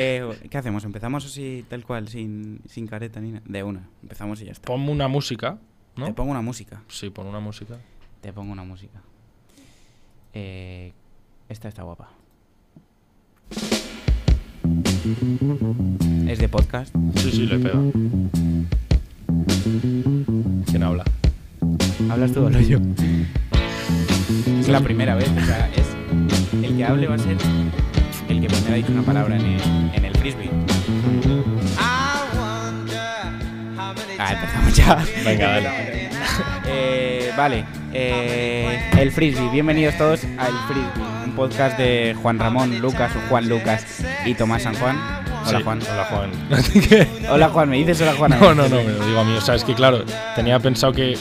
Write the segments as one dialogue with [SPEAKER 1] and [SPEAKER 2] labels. [SPEAKER 1] Eh, ¿Qué hacemos? ¿Empezamos así, tal cual, sin, sin careta ni nada? De una, empezamos y ya está.
[SPEAKER 2] Ponme una música, ¿no?
[SPEAKER 1] Te pongo una música.
[SPEAKER 2] Sí, pon una música.
[SPEAKER 1] Te pongo una música. Eh, esta está guapa. Es de podcast.
[SPEAKER 2] Sí, sí, le pega. ¿Quién habla?
[SPEAKER 1] Hablas tú, hablo yo. Es la primera vez, o sea, es. El que hable va a ser el que primero ha dicho una palabra en el, en el frisbee. Ah, empezamos ya.
[SPEAKER 2] Venga, dale.
[SPEAKER 1] Eh, vale, eh, el frisbee. Bienvenidos todos a El Frisbee, un podcast de Juan Ramón Lucas o Juan Lucas y Tomás San Juan. Hola
[SPEAKER 2] Sí,
[SPEAKER 1] Juan.
[SPEAKER 2] Hola, Juan. ¿Qué?
[SPEAKER 1] Hola Juan, me dices hola Juan.
[SPEAKER 2] No, no, no, me lo digo a mí. O sea, es que claro, tenía pensado que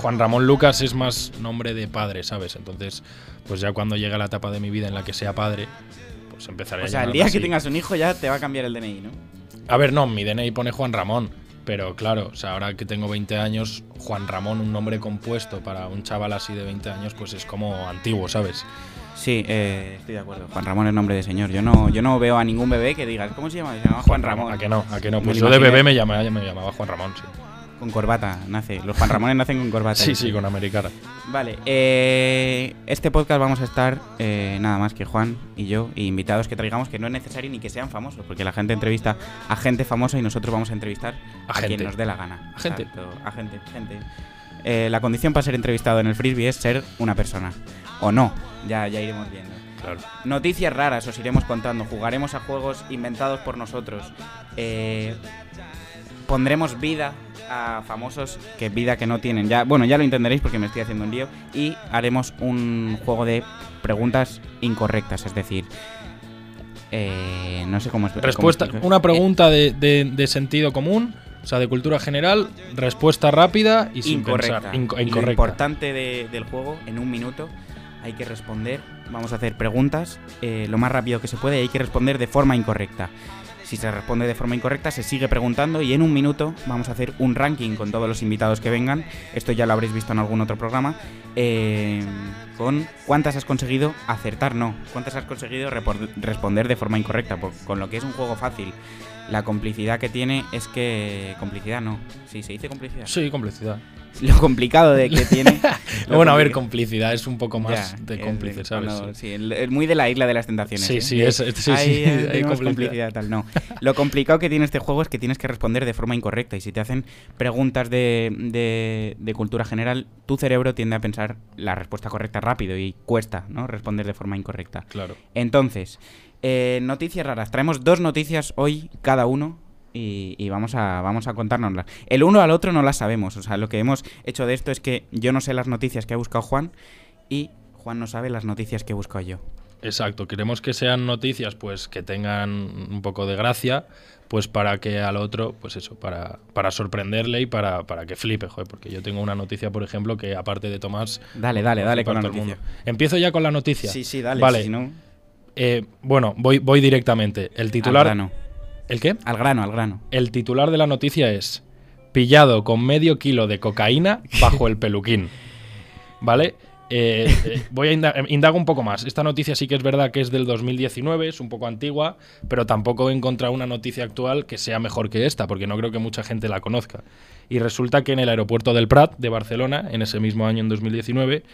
[SPEAKER 2] Juan Ramón Lucas es más nombre de padre, ¿sabes? Entonces, pues ya cuando llega la etapa de mi vida en la que sea padre, pues empezaré
[SPEAKER 1] O
[SPEAKER 2] a
[SPEAKER 1] sea, el
[SPEAKER 2] llamarme
[SPEAKER 1] día que
[SPEAKER 2] así.
[SPEAKER 1] tengas un hijo ya te va a cambiar el DNI, ¿no?
[SPEAKER 2] A ver, no, mi DNI pone Juan Ramón. Pero claro, o sea, ahora que tengo 20 años, Juan Ramón, un nombre compuesto para un chaval así de 20 años, pues es como antiguo, ¿sabes?
[SPEAKER 1] Sí, eh, estoy de acuerdo. Juan Ramón es nombre de señor. Yo no, yo no veo a ningún bebé que digas, ¿cómo se llama? Se llama Juan Ramón.
[SPEAKER 2] ¿A que no? ¿A que no?
[SPEAKER 1] Me
[SPEAKER 2] Pues
[SPEAKER 1] lo
[SPEAKER 2] yo de
[SPEAKER 1] imaginé.
[SPEAKER 2] bebé me llamaba, me llamaba Juan Ramón, sí.
[SPEAKER 1] Con corbata nace. Los Juan Ramones nacen con corbata.
[SPEAKER 2] Sí, sí, con americana.
[SPEAKER 1] Vale, eh, este podcast vamos a estar eh, nada más que Juan y yo y invitados que traigamos que no es necesario ni que sean famosos, porque la gente entrevista a gente famosa y nosotros vamos a entrevistar
[SPEAKER 2] A
[SPEAKER 1] a,
[SPEAKER 2] gente.
[SPEAKER 1] quien nos dé la gana.
[SPEAKER 2] A gente.
[SPEAKER 1] Exacto, a gente, gente. Eh, la condición para ser entrevistado en el frisbee es ser una persona. O no, ya, ya iremos viendo.
[SPEAKER 2] Claro.
[SPEAKER 1] Noticias raras os iremos contando, jugaremos a juegos inventados por nosotros, eh, pondremos vida a famosos que vida que no tienen. Ya, bueno, ya lo entenderéis porque me estoy haciendo un lío y haremos un juego de preguntas incorrectas, es decir, eh, no sé cómo es. cómo
[SPEAKER 2] Respuesta,
[SPEAKER 1] explicar.
[SPEAKER 2] una pregunta de, de- de sentido común, o sea, de cultura general, respuesta rápida y
[SPEAKER 1] Eh,
[SPEAKER 2] sin
[SPEAKER 1] incorrecta.
[SPEAKER 2] pensar. Inco-
[SPEAKER 1] Y Lo
[SPEAKER 2] incorrecta.
[SPEAKER 1] importante de- del juego en un minuto. Hay que responder, vamos a hacer preguntas eh, lo más rápido que se puede y hay que responder de forma incorrecta. Si se responde de forma incorrecta, se sigue preguntando y en un minuto vamos a hacer un ranking con todos los invitados que vengan. Esto ya lo habréis visto en algún otro programa. eh, con cuántas has conseguido acertar, no. Cuántas has conseguido repor- responder de forma incorrecta. por- con lo que es un juego fácil. La complicidad que tiene es que. Complicidad no. Sí, se dice complicidad.
[SPEAKER 2] Sí, complicidad.
[SPEAKER 1] Lo complicado de que tiene. lo
[SPEAKER 2] bueno, a ver,
[SPEAKER 1] compli-
[SPEAKER 2] complicidad es un poco más
[SPEAKER 1] Ya,
[SPEAKER 2] de
[SPEAKER 1] es
[SPEAKER 2] cómplice, ¿sabes?
[SPEAKER 1] cuando- sí, el- el muy de la isla de las tentaciones.
[SPEAKER 2] Sí,
[SPEAKER 1] ¿eh?
[SPEAKER 2] sí, es, es- sí,
[SPEAKER 1] Ahí,
[SPEAKER 2] sí,
[SPEAKER 1] eh,
[SPEAKER 2] hay
[SPEAKER 1] tenemos
[SPEAKER 2] complicidad.
[SPEAKER 1] complicidad, tal, no. Lo complicado que tiene este juego es que tienes que responder de forma incorrecta y si te hacen preguntas de, de- de cultura general, tu cerebro tiende a pensar la respuesta correcta rápido y cuesta ¿no? responder de forma incorrecta.
[SPEAKER 2] Claro.
[SPEAKER 1] Entonces, eh, noticias raras. Traemos dos noticias hoy cada uno y, y vamos, a, vamos a contárnoslas. El uno al otro no las sabemos. O sea, lo que hemos hecho de esto es que yo no sé las noticias que ha buscado Juan y Juan no sabe las noticias que he buscado yo.
[SPEAKER 2] Exacto, queremos que sean noticias pues que tengan un poco de gracia, pues para que al otro, pues eso, para, para sorprenderle y para, para que flipe, joder, porque yo tengo una noticia, por ejemplo, que aparte de Tomás...
[SPEAKER 1] Dale, dale, dale con la
[SPEAKER 2] para todo el
[SPEAKER 1] noticia.
[SPEAKER 2] mundo. Empiezo ya con la noticia.
[SPEAKER 1] Sí, sí, dale.
[SPEAKER 2] Vale,
[SPEAKER 1] si no-
[SPEAKER 2] eh, bueno, voy, voy directamente. El titular...
[SPEAKER 1] Al grano,
[SPEAKER 2] ¿El qué?
[SPEAKER 1] al grano, al grano.
[SPEAKER 2] El titular de la noticia es pillado con medio kilo de cocaína bajo el peluquín. ¿Vale? Eh, eh, voy a inda- eh, indago un poco más. Esta noticia sí que es verdad que es del 2019, es un poco antigua, pero tampoco he encontrado una noticia actual que sea mejor que esta, porque no creo que mucha gente la conozca. Y resulta que en el aeropuerto del Prat de Barcelona, en ese mismo año, en 2019,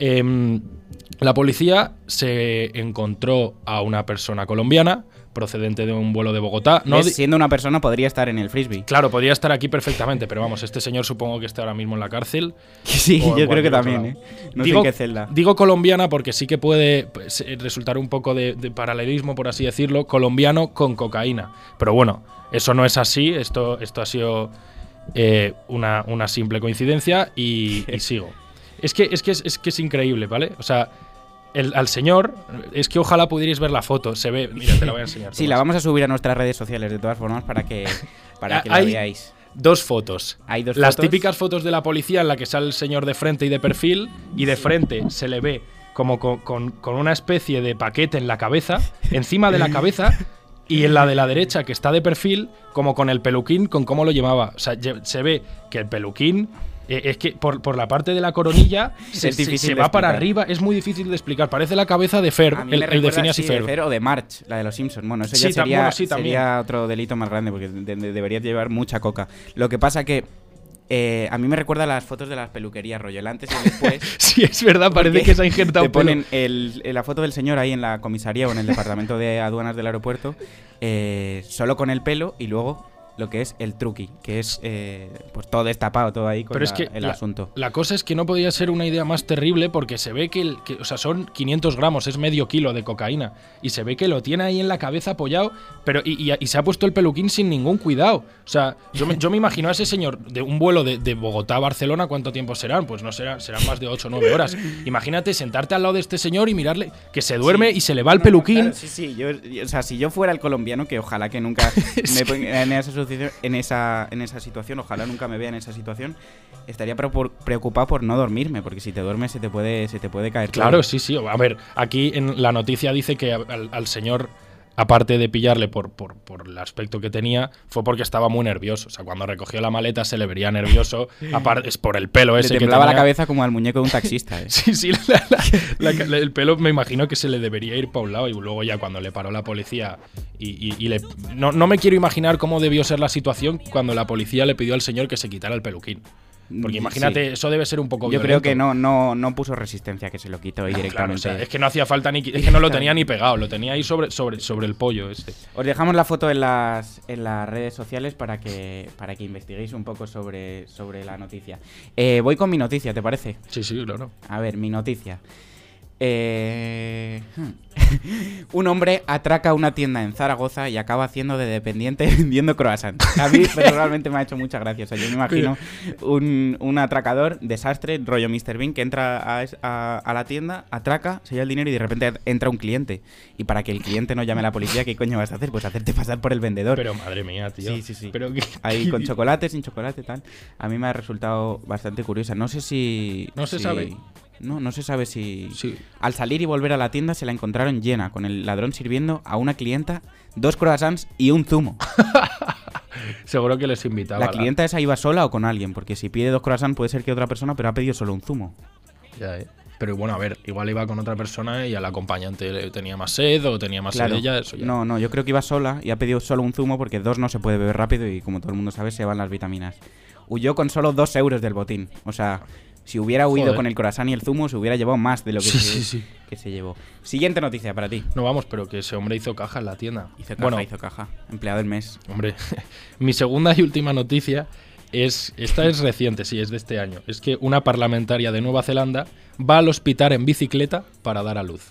[SPEAKER 2] em, la policía se encontró a una persona colombiana procedente de un vuelo de Bogotá. No,
[SPEAKER 1] ¿Ves?
[SPEAKER 2] di-
[SPEAKER 1] Siendo una persona podría estar en el frisbee.
[SPEAKER 2] Claro, podría estar aquí perfectamente, pero vamos, este señor supongo que está ahora mismo en la cárcel.
[SPEAKER 1] Sí,
[SPEAKER 2] O en
[SPEAKER 1] yo creo que
[SPEAKER 2] cualquier otro
[SPEAKER 1] también,
[SPEAKER 2] lado.
[SPEAKER 1] ¿eh? No
[SPEAKER 2] Digo-
[SPEAKER 1] sé en qué celda.
[SPEAKER 2] Digo colombiana porque sí que puede pues, eh, resultar un poco de, de paralelismo, por así decirlo, colombiano con cocaína. Pero bueno, eso no es así, esto, esto ha sido eh, una, una simple coincidencia y, y sigo. Es que, es, que es, es que es increíble, ¿vale? O sea, el- al señor, es que ojalá pudierais ver la foto, se ve, mira, te la voy a enseñar.
[SPEAKER 1] Sí, la
[SPEAKER 2] Tomás.
[SPEAKER 1] vamos a subir a nuestras redes sociales de todas formas para que, para que la
[SPEAKER 2] Ah, Hay-
[SPEAKER 1] veáis.
[SPEAKER 2] Dos fotos.
[SPEAKER 1] Hay dos
[SPEAKER 2] Las
[SPEAKER 1] fotos.
[SPEAKER 2] típicas fotos de la policía en la que sale el señor de frente y de perfil, y de frente se le ve como con, con- con una especie de paquete en la cabeza, encima de la cabeza, y en la de la derecha, que está de perfil, como con el peluquín, con cómo lo llevaba. O sea, lle- se ve que el peluquín Eh, es que por, por la parte de la coronilla se,
[SPEAKER 1] Es
[SPEAKER 2] se-
[SPEAKER 1] difícil
[SPEAKER 2] se
[SPEAKER 1] de
[SPEAKER 2] va para
[SPEAKER 1] explicar.
[SPEAKER 2] arriba, es muy difícil de explicar. Parece la cabeza de Ferb,
[SPEAKER 1] A mí
[SPEAKER 2] el,
[SPEAKER 1] me
[SPEAKER 2] el
[SPEAKER 1] recuerda,
[SPEAKER 2] de Phineas y
[SPEAKER 1] sí,
[SPEAKER 2] Ferb.
[SPEAKER 1] de Fer o de March, la de los Simpsons. Bueno, eso
[SPEAKER 2] Sí,
[SPEAKER 1] ya
[SPEAKER 2] tam-
[SPEAKER 1] sería,
[SPEAKER 2] bueno, sí, también.
[SPEAKER 1] sería otro delito más grande porque de- de- deberías llevar mucha coca. Lo que pasa que eh, a mí me recuerda a las fotos de las peluquerías, rollo, el antes y el después.
[SPEAKER 2] Sí, es verdad, parece
[SPEAKER 1] Porque
[SPEAKER 2] que se ha injertado
[SPEAKER 1] Te
[SPEAKER 2] pelo.
[SPEAKER 1] ponen el- la foto del señor ahí en la comisaría o en el departamento de aduanas del aeropuerto, eh, solo con el pelo y luego lo que es el truqui, que es eh, pues todo destapado, todo ahí con
[SPEAKER 2] Pero es
[SPEAKER 1] la-
[SPEAKER 2] que
[SPEAKER 1] el
[SPEAKER 2] la-
[SPEAKER 1] asunto.
[SPEAKER 2] La cosa es que no podía ser una idea más terrible porque se ve que, el, que- o sea, son 500 gramos, es medio kilo de cocaína. Y se ve que lo tiene ahí en la cabeza apoyado, pero y, y- y se ha puesto el peluquín sin ningún cuidado. O sea, yo me, yo me imagino a ese señor de un vuelo de, de Bogotá a Barcelona, ¿cuánto tiempo serán? Pues no serán, serán más de 8 o 9 horas. Imagínate sentarte al lado de este señor y mirarle que se duerme
[SPEAKER 1] Sí.
[SPEAKER 2] y se le va
[SPEAKER 1] No,
[SPEAKER 2] el
[SPEAKER 1] no,
[SPEAKER 2] peluquín.
[SPEAKER 1] claro, sí, sí, yo- yo- o sea, si yo fuera el colombiano, que ojalá que nunca me ponga en esa, situación- en, esa, en esa situación, ojalá nunca me vea en esa situación, estaría pre- por- preocupado por no dormirme, porque si te duermes se te puede, se te puede caer. todo.
[SPEAKER 2] Claro, sí, sí. A ver, aquí en la noticia dice que al, al señor, aparte de pillarle por, por, por el aspecto que tenía, fue porque estaba muy nervioso. O sea, cuando recogió la maleta se le vería nervioso. Aparte, es por el pelo
[SPEAKER 1] Le
[SPEAKER 2] ese que
[SPEAKER 1] temblaba la
[SPEAKER 2] tenía.
[SPEAKER 1] cabeza como al muñeco de un taxista. eh.
[SPEAKER 2] Sí, sí, la- la- la- la- el pelo me imagino que se le debería ir para un lado y luego ya cuando le paró la policía y, y- y le... No, no me quiero imaginar cómo debió ser la situación cuando la policía le pidió al señor que se quitara el peluquín. Porque
[SPEAKER 1] Sí.
[SPEAKER 2] imagínate, eso debe ser un poco...
[SPEAKER 1] Yo creo que
[SPEAKER 2] violento.
[SPEAKER 1] no, no, no puso resistencia, que se lo quitó y
[SPEAKER 2] Ah, Claro, o
[SPEAKER 1] directamente.
[SPEAKER 2] sea, es que no hacía falta ni. qui- Es que no lo tenía ni pegado, lo tenía ahí sobre, sobre, sobre el pollo este.
[SPEAKER 1] Os dejamos la foto en las, en las redes sociales para que, para que investiguéis un poco sobre, sobre la noticia. Eh, voy con mi noticia, ¿te parece?
[SPEAKER 2] Sí, sí, claro.
[SPEAKER 1] A ver, mi noticia. Eh, hmm. Un hombre atraca una tienda en Zaragoza y acaba haciendo de dependiente vendiendo croissants. A mí personalmente me ha hecho mucha gracia. O sea, yo me imagino un, un atracador, desastre, rollo Mr. Bean, que entra a, es- a- a la tienda, atraca, se lleva el dinero y de repente entra un cliente. Y para que el cliente no llame a la policía, ¿qué coño vas a hacer? Pues hacerte pasar por el vendedor.
[SPEAKER 2] Pero madre mía, tío.
[SPEAKER 1] Sí, sí, sí.
[SPEAKER 2] Pero que-
[SPEAKER 1] Ahí
[SPEAKER 2] que-
[SPEAKER 1] con chocolate, sin chocolate, tal. A mí me ha resultado bastante curiosa. No sé si.
[SPEAKER 2] No se
[SPEAKER 1] si-
[SPEAKER 2] sabe.
[SPEAKER 1] No, no se sabe si.
[SPEAKER 2] Sí.
[SPEAKER 1] Al salir y volver a la tienda se la encontraron llena, con el ladrón sirviendo a una clienta dos croissants y un zumo.
[SPEAKER 2] Seguro que les invitaba.
[SPEAKER 1] la clienta esa iba sola o con alguien, porque si pide dos croissants puede ser que otra persona, pero ha pedido solo un zumo.
[SPEAKER 2] Ya, eh. Pero bueno, a ver, igual iba con otra persona y al acompañante le- tenía más sed o tenía más
[SPEAKER 1] Claro.
[SPEAKER 2] sed ella, eso ya.
[SPEAKER 1] No, no, yo creo que iba sola y ha pedido solo un zumo porque dos no se puede beber rápido y como todo el mundo sabe se van las vitaminas. Huyó con solo dos euros del botín. O sea, si hubiera huido
[SPEAKER 2] Joder.
[SPEAKER 1] con el croissant y el zumo se hubiera llevado más de lo que,
[SPEAKER 2] Sí,
[SPEAKER 1] se,
[SPEAKER 2] sí, sí.
[SPEAKER 1] que se llevó. Siguiente noticia para ti.
[SPEAKER 2] No vamos, pero que ese hombre hizo caja en la tienda.
[SPEAKER 1] Hizo caja,
[SPEAKER 2] bueno,
[SPEAKER 1] hizo caja. Empleado del mes.
[SPEAKER 2] Hombre, mi segunda y última noticia es. Esta es reciente, sí, es de este año. Es que una parlamentaria de Nueva Zelanda va al hospital en bicicleta para dar a luz.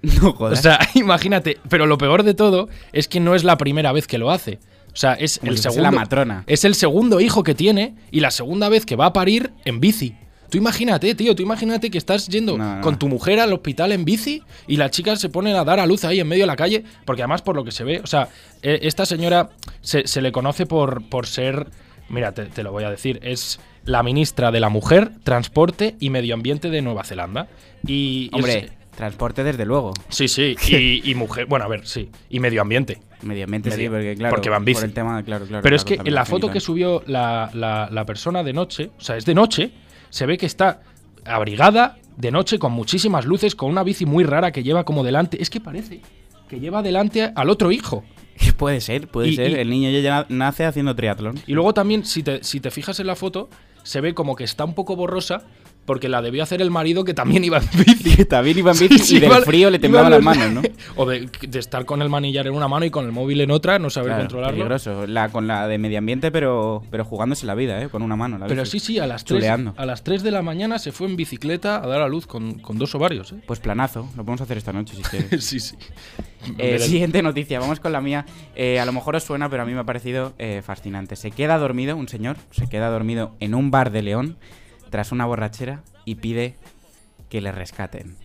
[SPEAKER 1] No jodas.
[SPEAKER 2] O sea, imagínate, pero lo peor de todo es que no es la primera vez que lo hace. O sea, es
[SPEAKER 1] Como
[SPEAKER 2] el
[SPEAKER 1] si fuese
[SPEAKER 2] segundo.
[SPEAKER 1] la matrona.
[SPEAKER 2] Es el segundo hijo que tiene y la segunda vez que va a parir en bici. Tú imagínate, tío, tú imagínate que estás yendo
[SPEAKER 1] No, no.
[SPEAKER 2] con tu mujer al hospital en bici y las chicas se ponen a dar a luz ahí en medio de la calle, porque además por lo que se ve, o sea, eh, esta señora se, se le conoce por, por ser, mira, te, te lo voy a decir, es la ministra de la Mujer, Transporte y Medio Ambiente de Nueva Zelanda. Y, y
[SPEAKER 1] Hombre,
[SPEAKER 2] es-
[SPEAKER 1] transporte desde luego.
[SPEAKER 2] Sí, sí, y, y mujer, bueno, a ver, sí, y medio ambiente.
[SPEAKER 1] Medioambiente sí,
[SPEAKER 2] Medio-
[SPEAKER 1] porque claro,
[SPEAKER 2] porque van bici.
[SPEAKER 1] por el tema, claro, claro. la
[SPEAKER 2] Pero es que en la
[SPEAKER 1] contaminación
[SPEAKER 2] foto
[SPEAKER 1] y
[SPEAKER 2] que
[SPEAKER 1] tal.
[SPEAKER 2] subió la, la- la persona de noche, o sea, es de noche, se ve que está abrigada de noche con muchísimas luces, con una bici muy rara que lleva como delante, es que parece que lleva delante al otro hijo.
[SPEAKER 1] Puede ser, puede
[SPEAKER 2] Y-
[SPEAKER 1] ser.
[SPEAKER 2] y-
[SPEAKER 1] El niño ya- ya nace haciendo triatlón.
[SPEAKER 2] Y luego también, si te, si te fijas en la foto, se ve como que está un poco borrosa porque la debió hacer el marido que también iba en bici.
[SPEAKER 1] Y también iba en bici
[SPEAKER 2] Sí,
[SPEAKER 1] y del
[SPEAKER 2] iban-
[SPEAKER 1] frío le
[SPEAKER 2] iban
[SPEAKER 1] temblaban las
[SPEAKER 2] los-
[SPEAKER 1] manos, ¿no?
[SPEAKER 2] O de, de estar con el manillar en una mano y con el móvil en otra, no saber
[SPEAKER 1] Claro,
[SPEAKER 2] controlarlo.
[SPEAKER 1] peligroso. La, con la de medio ambiente, pero, pero jugándose la vida, ¿eh? Con una mano. la
[SPEAKER 2] Pero
[SPEAKER 1] bici.
[SPEAKER 2] sí, sí, a las, 3,
[SPEAKER 1] Chuleando.
[SPEAKER 2] a las 3 de la mañana se fue en bicicleta a dar a luz con, con dos ovarios. ¿eh?
[SPEAKER 1] Pues planazo, lo podemos hacer esta noche si quieres.
[SPEAKER 2] sí, sí.
[SPEAKER 1] Eh,
[SPEAKER 2] Me-
[SPEAKER 1] siguiente noticia, vamos con la mía. Eh, a lo mejor os suena, pero a mí me ha parecido eh, fascinante. Se queda dormido, un señor, se queda dormido en un bar de León tras una borrachera y pide que le rescaten.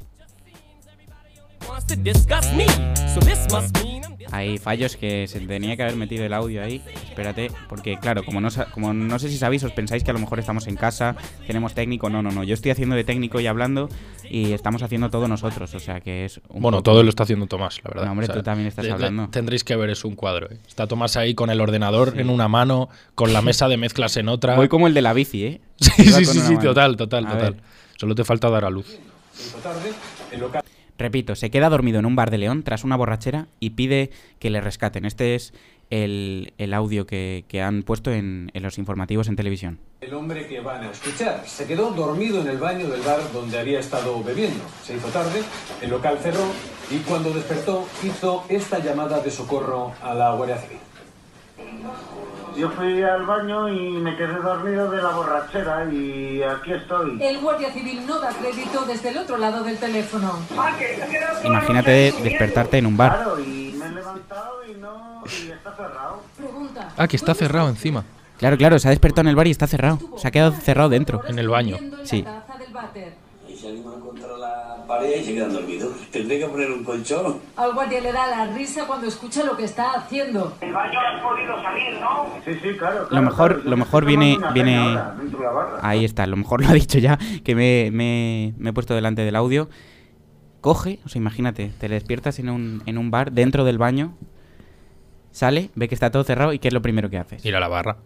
[SPEAKER 3] wants to discuss me. So this must mean I'm
[SPEAKER 1] Hay fallos que se tenía que haber metido el audio ahí. Espérate, porque claro, como no, sa- como no sé si sabéis, os pensáis que a lo mejor estamos en casa, tenemos técnico. No, no, no. Yo estoy haciendo de técnico y hablando y estamos haciendo todo nosotros. O sea que es un
[SPEAKER 2] Bueno,
[SPEAKER 1] poco-
[SPEAKER 2] todo lo está haciendo Tomás, la verdad.
[SPEAKER 1] No, hombre, tú también estás
[SPEAKER 2] le- le-
[SPEAKER 1] hablando.
[SPEAKER 2] Tendréis que ver, es un cuadro. ¿eh? Está Tomás ahí con el ordenador en una mano, con la mesa de mezclas en otra.
[SPEAKER 1] Voy como el de la bici, ¿eh?
[SPEAKER 2] Sí,
[SPEAKER 1] Iba
[SPEAKER 2] sí,
[SPEAKER 1] con
[SPEAKER 2] sí,
[SPEAKER 1] una
[SPEAKER 2] sí,
[SPEAKER 1] mano.
[SPEAKER 2] total, total,
[SPEAKER 1] A
[SPEAKER 2] total.
[SPEAKER 1] ver.
[SPEAKER 2] Solo te falta dar a luz.
[SPEAKER 1] Repito, se queda dormido en un bar de León tras una borrachera y pide que le rescaten. Este es el, el audio que, que han puesto en, en los informativos en televisión.
[SPEAKER 3] El hombre que van a escuchar se quedó dormido en el baño del bar donde había estado bebiendo. Se hizo tarde, el local cerró y cuando despertó hizo esta llamada de socorro a la Guardia Civil.
[SPEAKER 4] Yo fui al baño y me quedé dormido de la borrachera y aquí estoy.
[SPEAKER 5] El Guardia Civil no da crédito desde el otro lado del teléfono.
[SPEAKER 1] Imagínate despertarte en un bar.
[SPEAKER 4] Claro, y me he levantado y no... y está cerrado.
[SPEAKER 5] Pregunta.
[SPEAKER 2] Ah, que está
[SPEAKER 5] ¿cuántas
[SPEAKER 2] cerrado
[SPEAKER 5] horas
[SPEAKER 2] encima.
[SPEAKER 1] Claro, claro, se ha despertado en el bar y está cerrado.
[SPEAKER 5] estuvo
[SPEAKER 1] Se ha quedado
[SPEAKER 5] Juan
[SPEAKER 1] cerrado dentro.
[SPEAKER 5] horas
[SPEAKER 2] En el baño.
[SPEAKER 5] durmiendo en la
[SPEAKER 1] Sí.
[SPEAKER 5] taza del váter?
[SPEAKER 6] Y se animan contra la pared y se quedan dormidos. Tendré que poner un colchón.
[SPEAKER 5] Al guardia le da la risa cuando escucha lo que está haciendo.
[SPEAKER 4] El baño has podido salir, ¿no? Sí, sí, claro. claro
[SPEAKER 1] Lo mejor-
[SPEAKER 4] claro. Yo
[SPEAKER 1] lo
[SPEAKER 4] me
[SPEAKER 1] mejor
[SPEAKER 4] estoy tomando
[SPEAKER 1] viene-
[SPEAKER 4] una
[SPEAKER 1] viene-
[SPEAKER 4] caña ahora, dentro de la barra.
[SPEAKER 1] Ahí está, a lo mejor lo ha dicho ya, que me, me- me he puesto delante del audio. Coge, o sea, imagínate, te despiertas en un, en un bar, dentro del baño, sale, ve que está todo cerrado y ¿qué es lo primero que haces?
[SPEAKER 2] Ir a la barra.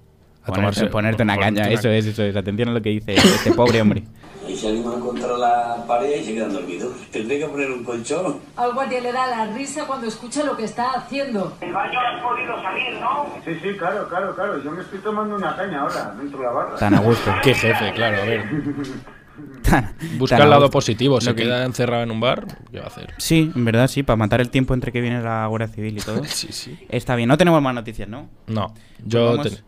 [SPEAKER 2] A
[SPEAKER 1] Ponerte, ponerte una
[SPEAKER 2] ponerte
[SPEAKER 1] caña, eso es, eso es. Atención a lo que dice este pobre hombre.
[SPEAKER 6] Y se animan contra la pared y se quedan dormidos. Tendré que poner un colchón.
[SPEAKER 5] Al guardia le da la risa cuando escucha lo que está haciendo.
[SPEAKER 4] El baño has podido salir, ¿no? Sí, sí, claro, claro, claro. Yo me estoy tomando una caña ahora, dentro de la barra.
[SPEAKER 1] Tan a gusto.
[SPEAKER 2] Qué jefe, claro, a ver.
[SPEAKER 1] Tan-
[SPEAKER 2] Busca
[SPEAKER 1] tan a
[SPEAKER 2] el lado
[SPEAKER 1] gusto.
[SPEAKER 2] positivo. Se
[SPEAKER 1] Lo que-
[SPEAKER 2] queda encerrado en un bar, ¿qué va a hacer?
[SPEAKER 1] Sí, en verdad sí, para matar el tiempo entre que viene la Guardia Civil y todo.
[SPEAKER 2] Sí, sí.
[SPEAKER 1] Está bien, no tenemos más noticias, ¿no?
[SPEAKER 2] No,
[SPEAKER 1] Pues
[SPEAKER 2] yo...
[SPEAKER 1] vamos,
[SPEAKER 2] te-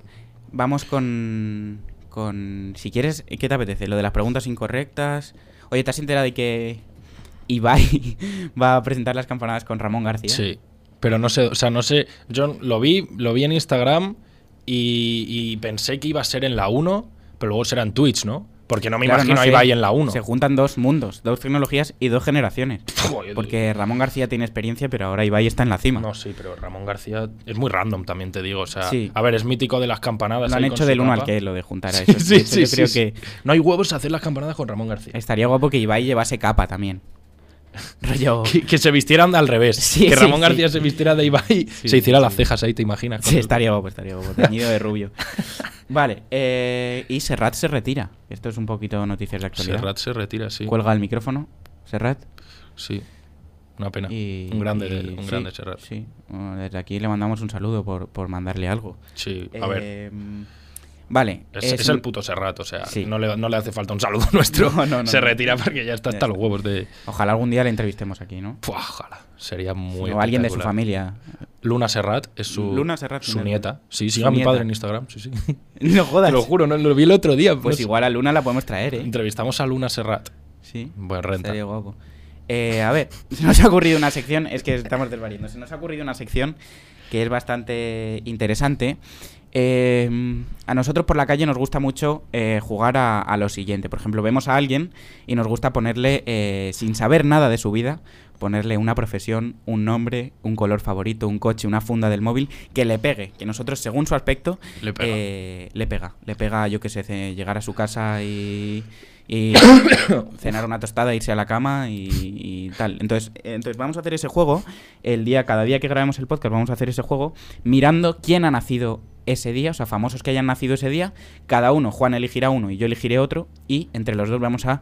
[SPEAKER 1] vamos con, con... Si quieres, eh, ¿qué te apetece? Lo de las preguntas incorrectas. Oye, ¿te has enterado de que Ibai va a presentar las campanadas con Ramón García?
[SPEAKER 2] Sí, pero no sé, o sea, no sé, yo lo vi, lo vi en Instagram y, y pensé que iba a ser en la 1, pero luego será en Twitch, ¿no? Porque no me
[SPEAKER 1] Claro,
[SPEAKER 2] imagino
[SPEAKER 1] no
[SPEAKER 2] ahí
[SPEAKER 1] sé.
[SPEAKER 2] va ahí en la 1.
[SPEAKER 1] Se juntan dos mundos, dos tecnologías y dos generaciones.
[SPEAKER 2] Joder.
[SPEAKER 1] Porque Ramón García tiene experiencia, pero ahora Ibai está en la cima.
[SPEAKER 2] No, sí, pero Ramón García es muy random también, te digo. O sea,
[SPEAKER 1] Sí.
[SPEAKER 2] a ver, es mítico de las campanadas.
[SPEAKER 1] Lo han
[SPEAKER 2] ahí con
[SPEAKER 1] hecho
[SPEAKER 2] su
[SPEAKER 1] del 1 al
[SPEAKER 2] capa.
[SPEAKER 1] que lo de juntar a
[SPEAKER 2] Sí,
[SPEAKER 1] eso.
[SPEAKER 2] sí,
[SPEAKER 1] Entonces, yo
[SPEAKER 2] sí,
[SPEAKER 1] creo
[SPEAKER 2] sí,
[SPEAKER 1] que
[SPEAKER 2] sí. No hay huevos a hacer las campanadas con Ramón García.
[SPEAKER 1] estaría guapo que Ibai llevase capa también. Rollo.
[SPEAKER 2] Que, que se vistieran al revés.
[SPEAKER 1] Sí, sí,
[SPEAKER 2] que Ramón
[SPEAKER 1] sí.
[SPEAKER 2] García se vistiera de Ibai, se hiciera las cejas ahí, ¿te imaginas? Con
[SPEAKER 1] Sí,
[SPEAKER 2] el-
[SPEAKER 1] estaría guapo, estaría guapo. Teñido de rubio. Vale, eh, y Serrat se retira. Esto es un poquito noticias de actualidad.
[SPEAKER 2] Serrat se retira, sí.
[SPEAKER 1] Cuelga el micrófono, Serrat.
[SPEAKER 2] Sí. Una pena.
[SPEAKER 1] Y,
[SPEAKER 2] un grande,
[SPEAKER 1] y-
[SPEAKER 2] un
[SPEAKER 1] sí,
[SPEAKER 2] grande Serrat.
[SPEAKER 1] Sí, Bueno, desde aquí le mandamos un saludo por, por mandarle algo.
[SPEAKER 2] Sí, a ver.
[SPEAKER 1] Eh, Vale.
[SPEAKER 2] Es,
[SPEAKER 1] eh,
[SPEAKER 2] es
[SPEAKER 1] sí,
[SPEAKER 2] el puto Serrat, o sea,
[SPEAKER 1] Sí.
[SPEAKER 2] no, le, no le hace falta un saludo nuestro.
[SPEAKER 1] No, no, no,
[SPEAKER 2] se
[SPEAKER 1] no.
[SPEAKER 2] retira porque ya
[SPEAKER 1] Ya
[SPEAKER 2] está hasta
[SPEAKER 1] está.
[SPEAKER 2] los huevos de.
[SPEAKER 1] Ojalá algún día le entrevistemos aquí, ¿no?
[SPEAKER 2] Pua, ojalá. Sería muy.
[SPEAKER 1] o alguien de su
[SPEAKER 2] espectacular.
[SPEAKER 1] familia.
[SPEAKER 2] Luna Serrat es su,
[SPEAKER 1] Luna Serrat,
[SPEAKER 2] su
[SPEAKER 1] mira.
[SPEAKER 2] nieta. Sí,
[SPEAKER 1] Su
[SPEAKER 2] siga a mi
[SPEAKER 1] nieta.
[SPEAKER 2] padre en Instagram. Sí, sí.
[SPEAKER 1] No
[SPEAKER 2] Te
[SPEAKER 1] jodas.
[SPEAKER 2] lo juro, no lo vi el otro día. no
[SPEAKER 1] Pues
[SPEAKER 2] sé.
[SPEAKER 1] igual a Luna la podemos traer, ¿eh?
[SPEAKER 2] Entrevistamos a Luna Serrat.
[SPEAKER 1] Sí.
[SPEAKER 2] Buen renta.
[SPEAKER 1] Estaría guapo. Eh, a ver, se nos ha ocurrido una sección, es que estamos desvariando, se nos ha ocurrido una sección que es bastante interesante. Eh, a nosotros por la calle nos gusta mucho eh, jugar a, a lo siguiente. Por ejemplo, vemos a alguien y nos gusta ponerle, eh, sin saber nada de su vida, ponerle una profesión, un nombre, un color favorito, un coche, una funda del móvil, que le pegue, que nosotros según su aspecto
[SPEAKER 2] Le pega.
[SPEAKER 1] eh, le pega, le pega, yo qué sé, ce- llegar a su casa y, y cenar una tostada, irse a la cama y, y tal. Entonces, entonces vamos a hacer ese juego el día, cada día que grabemos el podcast vamos a hacer ese juego mirando quién ha nacido ese día, o sea, famosos que hayan nacido ese día. Cada uno, Juan elegirá uno y yo elegiré otro y entre los dos vamos a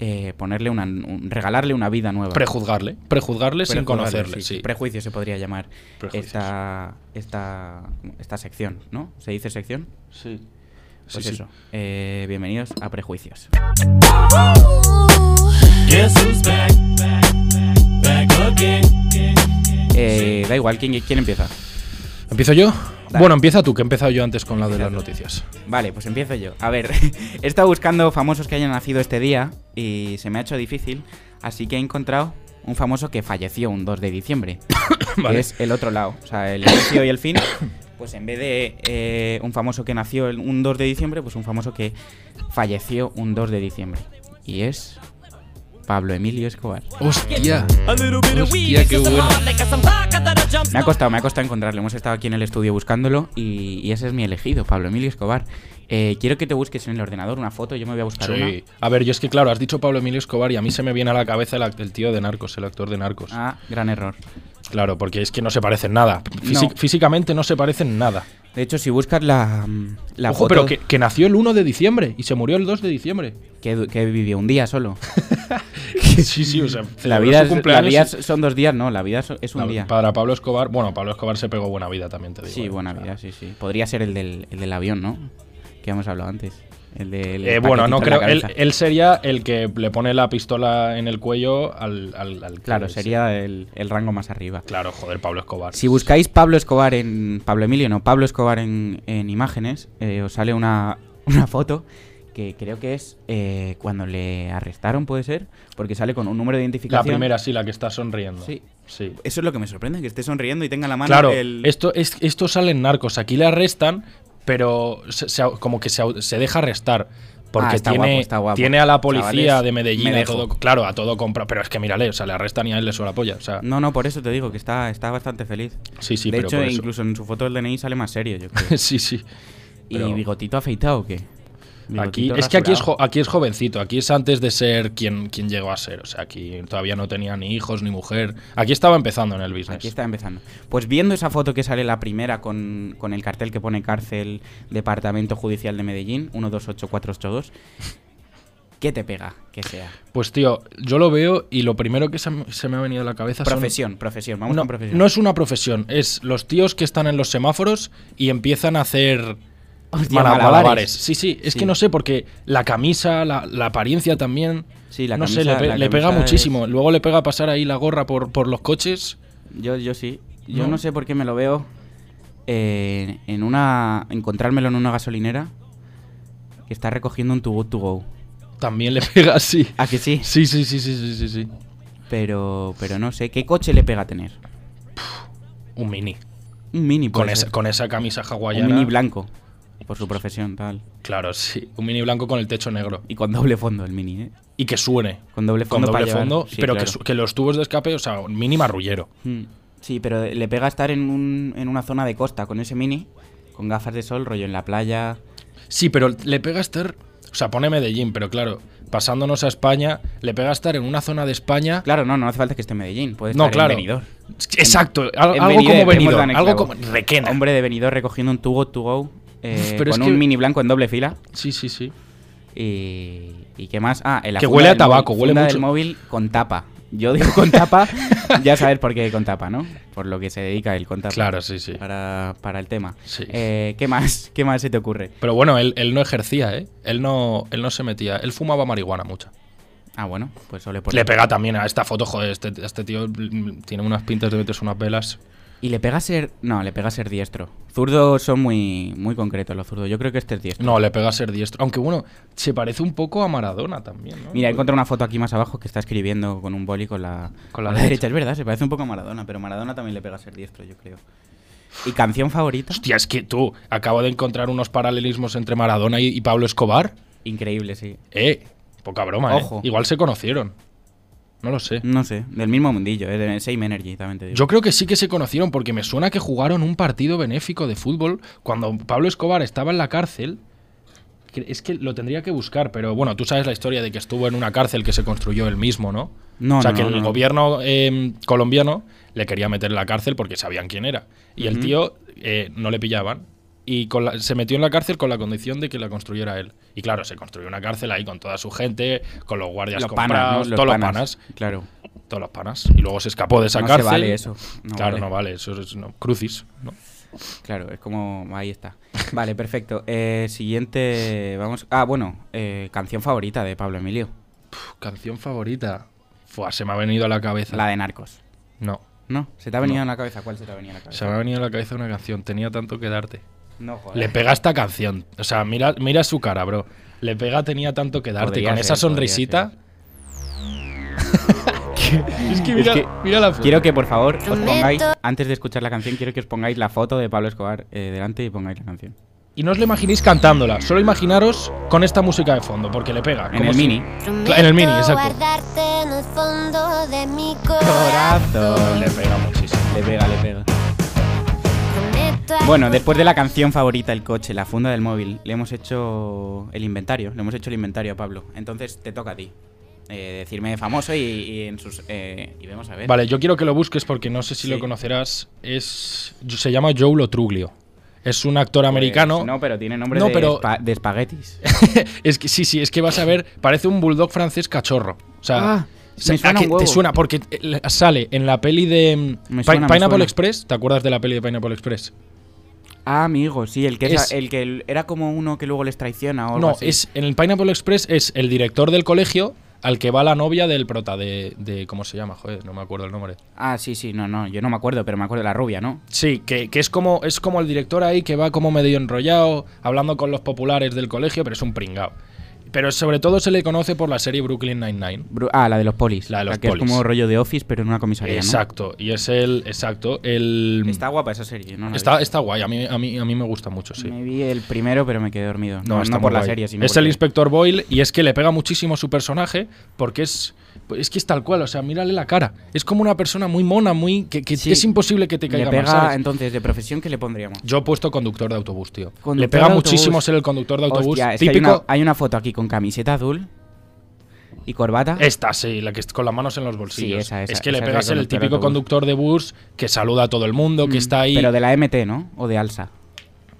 [SPEAKER 1] eh, ponerle una, un- regalarle una vida nueva.
[SPEAKER 2] Prejuzgarle. Prejuzgarle
[SPEAKER 1] Prejuzgarle,
[SPEAKER 2] sin conocerle.
[SPEAKER 1] sí.
[SPEAKER 2] Sí.
[SPEAKER 1] Prejuicio se podría llamar
[SPEAKER 2] Prejuicios.
[SPEAKER 1] esta, esta, esta sección, ¿no? ¿Se dice sección?
[SPEAKER 2] Sí.
[SPEAKER 1] Pues
[SPEAKER 2] sí.
[SPEAKER 1] eso. Eh, bienvenidos a Prejuicios. Eh, da igual, ¿quién, quién empieza?
[SPEAKER 2] ¿Empiezo yo?
[SPEAKER 1] Dale.
[SPEAKER 2] Bueno, empieza tú, que he empezado yo antes con la de las noticias.
[SPEAKER 1] Vale, pues empiezo yo. A ver, he estado buscando famosos que hayan nacido este día y se me ha hecho difícil, así que he encontrado un famoso que falleció un 2 de diciembre.
[SPEAKER 2] Vale.
[SPEAKER 1] que es el otro lado. O sea, el inicio y el fin. Pues en vez de eh, un famoso que nació el, un 2 de diciembre, pues un famoso que falleció un 2 de diciembre. Y es Pablo Emilio Escobar.
[SPEAKER 2] Hostia. Hostia, qué bueno.
[SPEAKER 1] Me ha costado, me ha costado encontrarlo. Hemos estado aquí en el estudio buscándolo y, y ese es mi elegido, Pablo Emilio Escobar. Eh, quiero que te busques en el ordenador una foto, yo me voy a buscar una.
[SPEAKER 2] Sí. A ver, yo es que claro, has dicho Pablo Emilio Escobar y a mí se me viene a la cabeza el, act- el tío de Narcos, el actor de Narcos.
[SPEAKER 1] Ah, gran error.
[SPEAKER 2] Claro, porque es que no se parecen nada. Físi-
[SPEAKER 1] No.
[SPEAKER 2] Físicamente no se parecen nada.
[SPEAKER 1] De hecho, si buscas la, mm, la
[SPEAKER 2] Ojo,
[SPEAKER 1] foto
[SPEAKER 2] pero que, que nació el 1 de diciembre y se murió el 2 de diciembre.
[SPEAKER 1] que du- que vivió un día solo.
[SPEAKER 2] sí, sí, o sea,
[SPEAKER 1] La
[SPEAKER 2] celebró
[SPEAKER 1] vida,
[SPEAKER 2] su
[SPEAKER 1] es- la vida es- son dos días, no, la vida es- es un
[SPEAKER 2] La-
[SPEAKER 1] día.
[SPEAKER 2] Para Pablo Escobar, bueno, Pablo Escobar se pegó buena vida también, te digo.
[SPEAKER 1] Sí,
[SPEAKER 2] eh,
[SPEAKER 1] buena
[SPEAKER 2] o sea.
[SPEAKER 1] vida, sí, sí. Podría ser el del, el del avión, ¿no? Que hemos hablado antes. El del
[SPEAKER 2] Eh, bueno, no
[SPEAKER 1] paquetito en la
[SPEAKER 2] creo. Él,
[SPEAKER 1] cabeza.
[SPEAKER 2] él sería el que le pone la pistola en el cuello al. al- al-
[SPEAKER 1] Claro,
[SPEAKER 2] al-
[SPEAKER 1] sería el, el rango más arriba.
[SPEAKER 2] Claro, joder, Pablo Escobar.
[SPEAKER 1] Si buscáis Pablo Escobar en. Pablo Emilio, no, Pablo Escobar en, en imágenes, eh, os sale una, una foto que creo que es eh, cuando le arrestaron, puede ser, porque sale con un número de
[SPEAKER 2] La
[SPEAKER 1] identificación.
[SPEAKER 2] primera, sí, la que está sonriendo.
[SPEAKER 1] Sí.
[SPEAKER 2] Sí.
[SPEAKER 1] Eso es lo que me sorprende, que esté sonriendo y tenga en la mano
[SPEAKER 2] Claro,
[SPEAKER 1] el.
[SPEAKER 2] esto, es, esto sale en narcos. Aquí le arrestan, pero se- se au- como que se, au- se deja arrestar. Porque
[SPEAKER 1] Ah, está
[SPEAKER 2] tiene,
[SPEAKER 1] guapo, está guapo.
[SPEAKER 2] tiene a la policía
[SPEAKER 1] Chavales,
[SPEAKER 2] de Medellín,
[SPEAKER 1] me
[SPEAKER 2] a
[SPEAKER 1] dejo.
[SPEAKER 2] todo, claro, a todo compra. Pero es que mírale, o sea, le arrestan y a él le suena la polla. O sea,
[SPEAKER 1] No, no, por eso te digo, que está, está bastante feliz.
[SPEAKER 2] sí, sí,
[SPEAKER 1] Mm, de
[SPEAKER 2] pero
[SPEAKER 1] hecho,
[SPEAKER 2] por eso.
[SPEAKER 1] incluso en su foto del DNI sale más serio, yo creo.
[SPEAKER 2] sí, sí.
[SPEAKER 1] ¿Y
[SPEAKER 2] Pero-
[SPEAKER 1] bigotito afeitado o qué?
[SPEAKER 2] Aquí,
[SPEAKER 1] Bigotito
[SPEAKER 2] es que aquí es,
[SPEAKER 1] rasurado.
[SPEAKER 2] jo- aquí es jovencito, aquí es antes de ser quien, quien llegó a ser. O sea, aquí todavía no tenía ni hijos ni mujer. Aquí estaba empezando en el business.
[SPEAKER 1] Aquí está empezando. Pues viendo esa foto que sale la primera con, con el cartel que pone cárcel Departamento Judicial de Medellín, 128482, ¿qué te pega que sea?
[SPEAKER 2] Pues tío, yo lo veo y lo primero que se, me- se me ha venido a la cabeza Ah, son-
[SPEAKER 1] Profesión, profesión, vamos
[SPEAKER 2] no,
[SPEAKER 1] con profesión.
[SPEAKER 2] no es una profesión, es los tíos que están en los semáforos y empiezan a hacer
[SPEAKER 1] Hostia,
[SPEAKER 2] mala-
[SPEAKER 1] malabares.
[SPEAKER 2] malabares. Sí, sí, es
[SPEAKER 1] Sí.
[SPEAKER 2] que no sé, porque la camisa, la, la apariencia también.
[SPEAKER 1] Sí, la
[SPEAKER 2] no sé,
[SPEAKER 1] camisa-
[SPEAKER 2] le, pe-
[SPEAKER 1] la
[SPEAKER 2] le pega
[SPEAKER 1] camisa es-
[SPEAKER 2] muchísimo. Luego le pega pasar ahí la gorra por, por los coches.
[SPEAKER 1] Yo, yo sí. Yo no.
[SPEAKER 2] No.
[SPEAKER 1] sé por qué me lo veo eh, en una. encontrármelo en una gasolinera que está recogiendo un to go to go.
[SPEAKER 2] También le pega así.
[SPEAKER 1] Ah, que sí.
[SPEAKER 2] Sí, sí, sí, sí, sí, sí, sí.
[SPEAKER 1] Pero, pero no sé. ¿Qué coche le pega tener?
[SPEAKER 2] Un mini.
[SPEAKER 1] Un mini, puede
[SPEAKER 2] Con esa,
[SPEAKER 1] ser.
[SPEAKER 2] con esa camisa hawaiana.
[SPEAKER 1] Un mini blanco. Por su profesión, tal.
[SPEAKER 2] Claro, sí. Un mini blanco con el techo negro.
[SPEAKER 1] Y con doble fondo el mini, ¿eh?
[SPEAKER 2] Y que suene.
[SPEAKER 1] Con doble
[SPEAKER 2] Con
[SPEAKER 1] fondo.
[SPEAKER 2] doble
[SPEAKER 1] para llevar.
[SPEAKER 2] fondo,
[SPEAKER 1] Sí,
[SPEAKER 2] pero que,
[SPEAKER 1] claro.
[SPEAKER 2] su- que los tubos de escape, o sea, un mini marrullero.
[SPEAKER 1] Mm. Sí, pero le pega estar en, un, en una zona de costa con ese mini, con gafas de sol, rollo en la playa.
[SPEAKER 2] Sí, pero le pega estar. O sea, pone Medellín, pero claro, pasándonos a España, le pega estar en una zona de España.
[SPEAKER 1] Claro, no, no hace falta que esté en Medellín. Puede
[SPEAKER 2] no,
[SPEAKER 1] estar
[SPEAKER 2] claro.
[SPEAKER 1] en Benidorm.
[SPEAKER 2] Es que- Exacto, al-
[SPEAKER 1] En
[SPEAKER 2] algo
[SPEAKER 1] Benidorm,
[SPEAKER 2] como
[SPEAKER 1] hemos
[SPEAKER 2] venido.
[SPEAKER 1] dado en el
[SPEAKER 2] Algo
[SPEAKER 1] clavo.
[SPEAKER 2] como. Requena.
[SPEAKER 1] Hombre de venidor recogiendo un tubo to go eh,
[SPEAKER 2] Pero es
[SPEAKER 1] con
[SPEAKER 2] que-
[SPEAKER 1] un mini blanco en doble fila.
[SPEAKER 2] Sí, sí, sí.
[SPEAKER 1] Y, y qué más? Ah, en la
[SPEAKER 2] Que
[SPEAKER 1] funda
[SPEAKER 2] huele a
[SPEAKER 1] del
[SPEAKER 2] tabaco,
[SPEAKER 1] móvil-
[SPEAKER 2] huele
[SPEAKER 1] funda
[SPEAKER 2] mucho.
[SPEAKER 1] del móvil con tapa. Yo digo con tapa, ya sabes por qué con tapa, ¿no? Por lo que se dedica el con tapa.
[SPEAKER 2] Claro, sí, sí.
[SPEAKER 1] Para, para el tema.
[SPEAKER 2] Sí.
[SPEAKER 1] Eh, ¿Qué más? ¿Qué más se te ocurre?
[SPEAKER 2] Pero bueno, él, él no ejercía, ¿eh? Él no, él no se metía. Él fumaba marihuana mucha.
[SPEAKER 1] Ah, bueno, pues ole por
[SPEAKER 2] le
[SPEAKER 1] él.
[SPEAKER 2] pega también a esta foto, joder, este, este tío mm, tiene unas pintas de meterse unas velas.
[SPEAKER 1] Y le pega ser. No, le pega ser diestro. Zurdos son muy, muy concretos los zurdos. Yo creo que este es diestro.
[SPEAKER 2] No, le pega a ser diestro. Aunque bueno, se parece un poco a Maradona también, ¿no?
[SPEAKER 1] Mira, he encontrado una foto aquí más abajo que está escribiendo con un boli con la,
[SPEAKER 2] Con la
[SPEAKER 1] derecha. Es verdad, se parece un poco a Maradona, pero Maradona también le pega ser diestro, yo creo. ¿Y canción favorita?
[SPEAKER 2] Hostia, es que tú, acabo de encontrar unos paralelismos entre Maradona y, y Pablo Escobar.
[SPEAKER 1] Increíble, sí.
[SPEAKER 2] Eh, poca broma, ¿eh?
[SPEAKER 1] Ojo.
[SPEAKER 2] Igual se conocieron. No lo sé.
[SPEAKER 1] No sé, del mismo mundillo, eh, de Same Energy, también te digo.
[SPEAKER 2] Yo creo que sí que se conocieron porque me suena que jugaron un partido benéfico de fútbol cuando Pablo Escobar estaba en la cárcel. Que- Es que lo tendría que buscar, pero bueno, tú sabes la historia de que estuvo en una cárcel que se construyó él mismo, ¿no?
[SPEAKER 1] No,
[SPEAKER 2] o sea,
[SPEAKER 1] no,
[SPEAKER 2] que
[SPEAKER 1] no,
[SPEAKER 2] el
[SPEAKER 1] no.
[SPEAKER 2] gobierno eh, colombiano le quería meter en la cárcel porque sabían quién era. Y el tío eh, no le pillaban. Y con la- se metió en la cárcel con la condición de que la construyera él. Y claro, se construyó una cárcel ahí con toda su gente, con los guardias
[SPEAKER 1] los
[SPEAKER 2] comprados,
[SPEAKER 1] panas, ¿no? Los
[SPEAKER 2] todos
[SPEAKER 1] panas,
[SPEAKER 2] los panas
[SPEAKER 1] Claro.
[SPEAKER 2] todos los panas. Y luego se escapó de esa
[SPEAKER 1] No se
[SPEAKER 2] cárcel.
[SPEAKER 1] vale eso, no
[SPEAKER 2] claro,
[SPEAKER 1] vale.
[SPEAKER 2] no vale. Eso es no, crucis. ¿no?
[SPEAKER 1] Claro, es como. Ahí está. Vale, perfecto. Eh, siguiente. Vamos. Ah, bueno, eh, canción favorita de Pablo Emilio.
[SPEAKER 2] Puf, canción favorita. Fua, se me ha venido a la cabeza.
[SPEAKER 1] La de Narcos.
[SPEAKER 2] No.
[SPEAKER 1] ¿No? ¿Se te ha venido
[SPEAKER 2] No.
[SPEAKER 1] en la cabeza? ¿Cuál se te ha venido en la cabeza?
[SPEAKER 2] Se me ha venido a la cabeza una canción. Tenía tanto que darte.
[SPEAKER 1] No, joder.
[SPEAKER 2] Le pega esta canción. O sea, mira, mira su cara, bro. Le pega tenía tanto que darte.
[SPEAKER 1] Podría
[SPEAKER 2] con
[SPEAKER 1] ser,
[SPEAKER 2] esa
[SPEAKER 1] podría
[SPEAKER 2] sonrisita.
[SPEAKER 1] ser.
[SPEAKER 2] es que mira,
[SPEAKER 1] que-
[SPEAKER 2] mira la foto.
[SPEAKER 1] Quiero que por favor os pongáis, antes de escuchar la canción, quiero que os pongáis la foto de Pablo Escobar eh, delante y pongáis la canción.
[SPEAKER 2] Y no os lo imaginéis cantándola, solo imaginaros con esta música de fondo, porque le pega.
[SPEAKER 1] En
[SPEAKER 2] como
[SPEAKER 1] el
[SPEAKER 2] si-
[SPEAKER 1] mini.
[SPEAKER 2] Cla- en el mini, exacto.
[SPEAKER 7] Guardarte en el fondo de mi
[SPEAKER 2] Le
[SPEAKER 7] corazón.
[SPEAKER 2] pega muchísimo.
[SPEAKER 1] Le pega, le pega.
[SPEAKER 7] Prometo
[SPEAKER 1] Bueno, después de la canción favorita, el coche, la funda del móvil, le hemos hecho el inventario, le hemos hecho el inventario a Pablo. Entonces te toca a ti eh, decirme famoso y, y en sus eh, y vemos a ver.
[SPEAKER 2] Vale, yo quiero que lo busques porque no sé si lo
[SPEAKER 1] Sí.
[SPEAKER 2] conocerás. Es se llama Joe Lotruglio. Es un actor americano.
[SPEAKER 1] Pues no, pero tiene nombre
[SPEAKER 2] No,
[SPEAKER 1] de,
[SPEAKER 2] pero-
[SPEAKER 1] espa- de espaguetis.
[SPEAKER 2] Es que sí, sí, es que vas a ver, parece un bulldog francés cachorro. O sea,
[SPEAKER 1] Ah,
[SPEAKER 2] o sea,
[SPEAKER 1] me suena
[SPEAKER 2] ¿a qué
[SPEAKER 1] un huevo.
[SPEAKER 2] te suena porque eh, la- sale en la peli de mm,
[SPEAKER 1] Me
[SPEAKER 2] Pi-
[SPEAKER 1] suena, me
[SPEAKER 2] Pineapple
[SPEAKER 1] suena.
[SPEAKER 2] Express, ¿te acuerdas de la peli de Pineapple Express?
[SPEAKER 1] Ah, amigo, sí, el que es-
[SPEAKER 2] Es-
[SPEAKER 1] el que l- era como uno que luego les traiciona o algo
[SPEAKER 2] No,
[SPEAKER 1] así.
[SPEAKER 2] es en el Pineapple Express es el director del colegio al que va la novia del prota de, de ¿cómo se llama? Joder, no me acuerdo el nombre.
[SPEAKER 1] Ah, sí, sí, no, no, yo no me acuerdo, pero me acuerdo de la rubia, ¿no?
[SPEAKER 2] Sí, que, que es como es como el director ahí que va como medio enrollado, hablando con los populares del colegio, pero es un pringao. Pero sobre todo se le conoce por la serie Brooklyn Nine-Nine.
[SPEAKER 1] Bru- ah, la de los polis.
[SPEAKER 2] La de los
[SPEAKER 1] que
[SPEAKER 2] polis.
[SPEAKER 1] es como rollo de office, pero en una comisaría, ¿no?
[SPEAKER 2] Exacto, y es el exacto, el
[SPEAKER 1] Está guapa esa serie, ¿no? la he
[SPEAKER 2] Está,
[SPEAKER 1] visto.
[SPEAKER 2] está guay, a mí, a, mí, a mí me gusta mucho, sí.
[SPEAKER 1] Me vi el primero, pero me quedé dormido. No,
[SPEAKER 2] No,
[SPEAKER 1] no,
[SPEAKER 2] está
[SPEAKER 1] por la
[SPEAKER 2] muy guay.
[SPEAKER 1] serie, sino
[SPEAKER 2] Es
[SPEAKER 1] porque-
[SPEAKER 2] el inspector Boyle y es que le pega muchísimo su personaje porque es. Es que es tal cual, o sea, mírale la cara. Es como una persona muy mona, muy. que, que
[SPEAKER 1] Sí.
[SPEAKER 2] es imposible que te
[SPEAKER 1] Le
[SPEAKER 2] caiga mal,
[SPEAKER 1] pega,
[SPEAKER 2] ¿sabes?
[SPEAKER 1] entonces, de profesión, ¿qué le pondríamos?
[SPEAKER 2] Yo he puesto conductor de autobús, tío.
[SPEAKER 1] Conductor
[SPEAKER 2] le pega
[SPEAKER 1] de
[SPEAKER 2] muchísimo
[SPEAKER 1] autobús.
[SPEAKER 2] ser el conductor de autobús.
[SPEAKER 1] Hostia, es que hay
[SPEAKER 2] típico.
[SPEAKER 1] una- Ah. hay, una, foto aquí con camiseta azul y corbata.
[SPEAKER 2] Esta, sí, la que es con las manos en los bolsillos.
[SPEAKER 1] esa, esa,
[SPEAKER 2] es que le
[SPEAKER 1] esa es
[SPEAKER 2] pega
[SPEAKER 1] la
[SPEAKER 2] ser el
[SPEAKER 1] conductor de
[SPEAKER 2] típico
[SPEAKER 1] autobús.
[SPEAKER 2] conductor de bus que saluda a todo el mundo, que
[SPEAKER 1] Mm,
[SPEAKER 2] está ahí.
[SPEAKER 1] Pero de la MT, ¿no? O de Alsa.